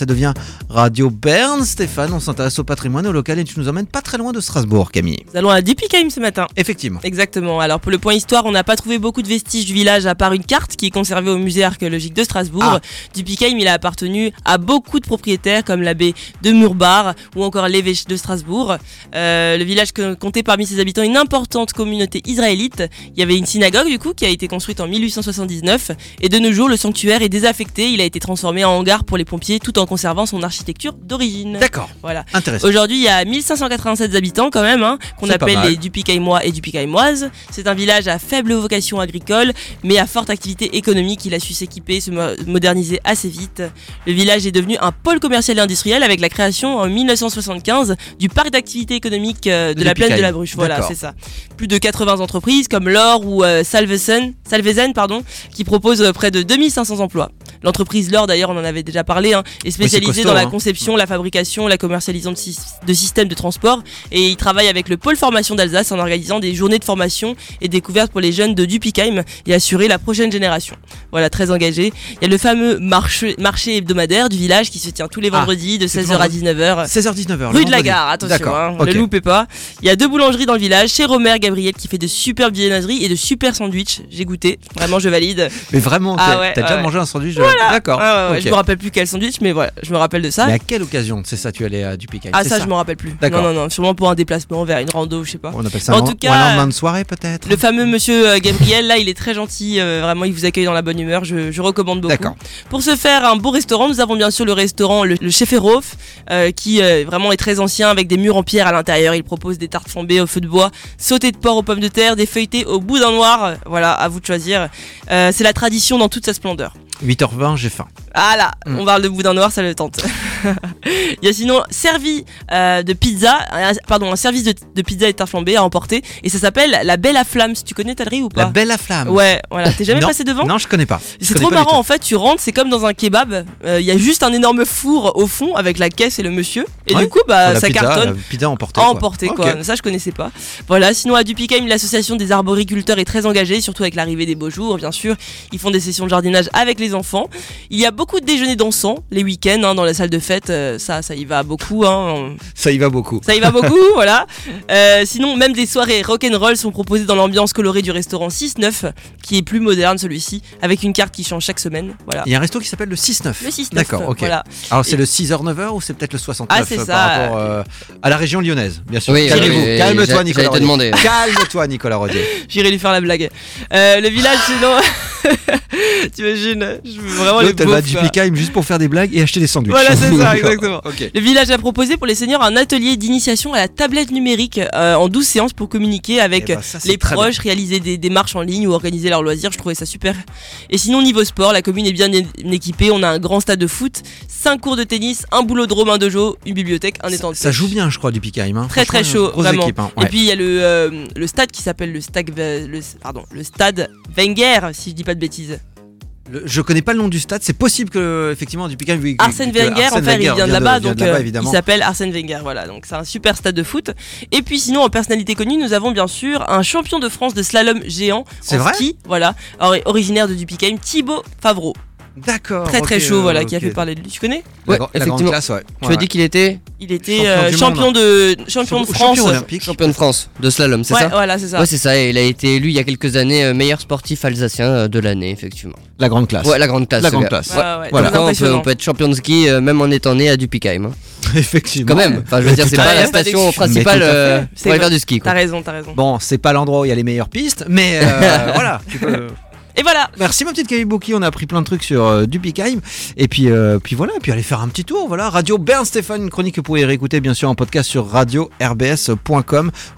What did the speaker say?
Ça devient Radio Berne. Stéphane, on s'intéresse au patrimoine, au local et tu nous emmènes pas très loin de Strasbourg, Camille. Nous allons à Dupikheim ce matin. Effectivement. Exactement. Alors pour le point histoire, on n'a pas trouvé beaucoup de vestiges du village à part une carte qui est conservée au musée archéologique de Strasbourg. Ah. Dupikheim, il a appartenu à beaucoup de propriétaires comme l'abbé de Murbar ou encore l'évêché de Strasbourg. Euh, le village co- comptait parmi ses habitants une importante communauté israélite. Il y avait une synagogue du coup qui a été construite en 1879 et de nos jours le sanctuaire est désaffecté. Il a été transformé en hangar pour les pompiers tout en conservant son architecture d'origine. D'accord. Voilà. Euh, Intéressant. Aujourd'hui, il y a 1587 habitants quand même, hein, qu'on C'est pas appelle mal. les Dupicaïmois et Dupicaïmoises. C'est un village à faible vocation agricole, mais à forte activité économique. Il a su s'équiper, se mo- moderniser assez vite. Le village est devenu un pôle commercial et industriel avec la création en 1975 du parc d'activités économiques euh, de De la plaine de Dupicaï. la Bruche. Voilà, D'accord. c'est ça. Plus de 80 entreprises comme l'Or ou euh, Salvesen, Salvesen, pardon, qui proposent euh, près de 2500 emplois. L'entreprise L'Or, d'ailleurs, on en avait déjà parlé, hein, est c'est spécialisée costaud, dans la hein. conception, la fabrication, la commercialisation de, sys- de systèmes de transport et il travaille avec le pôle formation d'Alsace en organisant des journées de formation et découvertes pour les jeunes de Dupikheim et assurer la prochaine génération. Voilà, très engagé. Il y a le fameux marché, marché hebdomadaire du village qui se tient tous les Ah, vendredis de c'est 16h à toujours 19h. 16h19. Rue de la Gare, attention, D'accord. hein, ok. ne loupez pas. Il y a deux boulangeries dans le village, chez Romer Gabriel qui fait de superbes viennoiseries et de super sandwichs. J'ai goûté, vraiment je valide. Mais vraiment, Ah t'as ouais, t'as déjà ouais. mangé un sandwich de- D'accord. Ah ouais, ouais, ok. Je me rappelle plus quel sandwich, mais voilà, je me rappelle de ça. Mais à quelle occasion C'est ça, tu allais à Dupicay Ah c'est ça, je m'en rappelle plus. Non D'accord. non non, sûrement pour un déplacement vers une rando, je sais pas. On appelle ça En un, tout ou cas, un lendemain de soirée peut-être Le fameux monsieur euh, Gabriel, là, il est très gentil, euh, vraiment, il vous accueille dans la bonne humeur, je, je recommande beaucoup. D'accord. Pour se faire un beau restaurant, nous avons bien sûr le restaurant Le, le Chef Erof, euh, qui euh, vraiment est très ancien, avec des murs en pierre à l'intérieur. Il propose des tartes flambées au feu de bois, sautées de porc aux pommes de terre, des feuilletés au bout d'un noir. Euh, Voilà, à vous de choisir. Euh, C'est la tradition dans toute sa splendeur. 8h20, j'ai faim. Ah là, Mm. on parle de boudin noir, ça le tente. Il y a sinon servi euh, de pizza, un- pardon, un service de, de pizza et tartes flambées à emporter, et ça s'appelle la Belle à Flamme. Tu connais Talry ou pas La belle à flamme. Ouais, voilà. T'es jamais Non, passé devant Non, je connais pas. Je C'est connais trop pas du marrant tout. en fait, tu rentres, c'est comme dans un kebab, Euh, il y a juste un énorme four au fond avec la caisse et le monsieur, et Ouais, du coup bah Pour la ça pizza, cartonne. la Pizza emportée. À emporter Ok. quoi, ça je connaissais pas. Voilà, sinon à Dupicame, l'association des arboriculteurs est très engagée, surtout avec l'arrivée des beaux jours bien sûr. Ils font des sessions de jardinage avec les enfants. Il y a beaucoup de déjeuners dansants les week-ends hein, dans la salle de fête, euh, ça ça y va beaucoup. Hein. On- Ça y va beaucoup. ça y va beaucoup, voilà. Euh, sinon, même des soirées rock'n'roll sont proposées dans l'ambiance colorée du restaurant 6-9, qui est plus moderne celui-ci, avec une carte qui change chaque semaine. Voilà. Il y a un resto qui s'appelle le 6-9. Le 6-9. D'accord, ok. Voilà. Alors c'est le 6h-9h ou c'est peut-être le 69 Ah, c'est euh, ça. par rapport euh, à la région lyonnaise, bien sûr. Oui, Calmez-vous, oui, oui, calme-toi Nicolas j'a- j'allais te Rodier. demander. Calme-toi Nicolas Rodier. J'irai lui faire la blague. Euh, le village, sinon. T'imagines Je veux vraiment les L'autre, elle va à beaufs, quoi. Dupicay juste pour faire des blagues et acheter des sandwichs. Voilà, c'est ça, exactement. Ok. Le village a proposé pour les seigneurs un atelier d'initiation à la tablette numérique euh, en 12 séances pour communiquer avec Eh ben, ça, c'est les très proches, réaliser des démarches en ligne ou organiser leurs loisirs. Je trouvais ça super. Et sinon, niveau sport, la commune est bien é- équipée. On a un grand stade de foot, 5 cours de tennis, un boulodrome, un dojo, une bibliothèque, un étang de Ça pêche. joue bien, je crois, Dupicay. Hein. Très, très Franchement, chaud, grosse vraiment. équipe, hein. Ouais. Et puis il y a le, euh, le stade qui s'appelle le, Stag- le, pardon, le stade Wenger, si je dis pas de bêtises. Le- je connais pas le nom du stade. C'est possible que effectivement Dupicay. oui, que- Arsène que Wenger, en Arsène fait, il Wenger vient de là-bas, vient de donc euh, évidemment. il s'appelle Arsène Wenger, voilà, donc c'est un super stade de foot. Et puis sinon, en personnalité connue, nous avons bien sûr un champion de France de slalom géant C'est en vrai ski, voilà, ori- originaire de Dupicame, Thibaut Favreau, D'accord. très très ok, chaud, euh, voilà, qui a ok. fait parler de lui. Tu connais La, Ouais, gra- la grande effectivement. classe, ouais. Tu Ouais, as dit qu'il était Il était Champion euh, du champion, monde. de ouais. champion de Champion- France. Champion olympique. champion de France de slalom, c'est ouais, ça voilà, c'est ça. Ouais, c'est ça, et il a été élu il y a quelques années euh, meilleur sportif alsacien euh, de l'année, effectivement. La grande classe. Ouais, la grande classe. Ah, La ce grande gars. classe. Ouais, ouais, ouais, Voilà. très Parfois, on, peut, impressionnant. on peut être champion de ski euh, même en étant né à Dupikheim. hein. Effectivement. Quand même. Enfin, je veux dire, c'est Tout à pas fait. la station Mais tout à principale fait. euh, C'est pour aller vrai. faire du ski. T'as Quoi. raison, t'as raison. Bon, c'est pas l'endroit où il y a les meilleures pistes, mais euh, voilà. tu peux- Et voilà, Merci ma petite Camille Bouki, on a appris plein de trucs sur euh, Dupikheim. Et puis, euh, puis voilà, et puis allez faire un petit tour. Voilà, Radio Bern Stéphane, une chronique que vous pouvez réécouter bien sûr en podcast sur radio-rbs.com.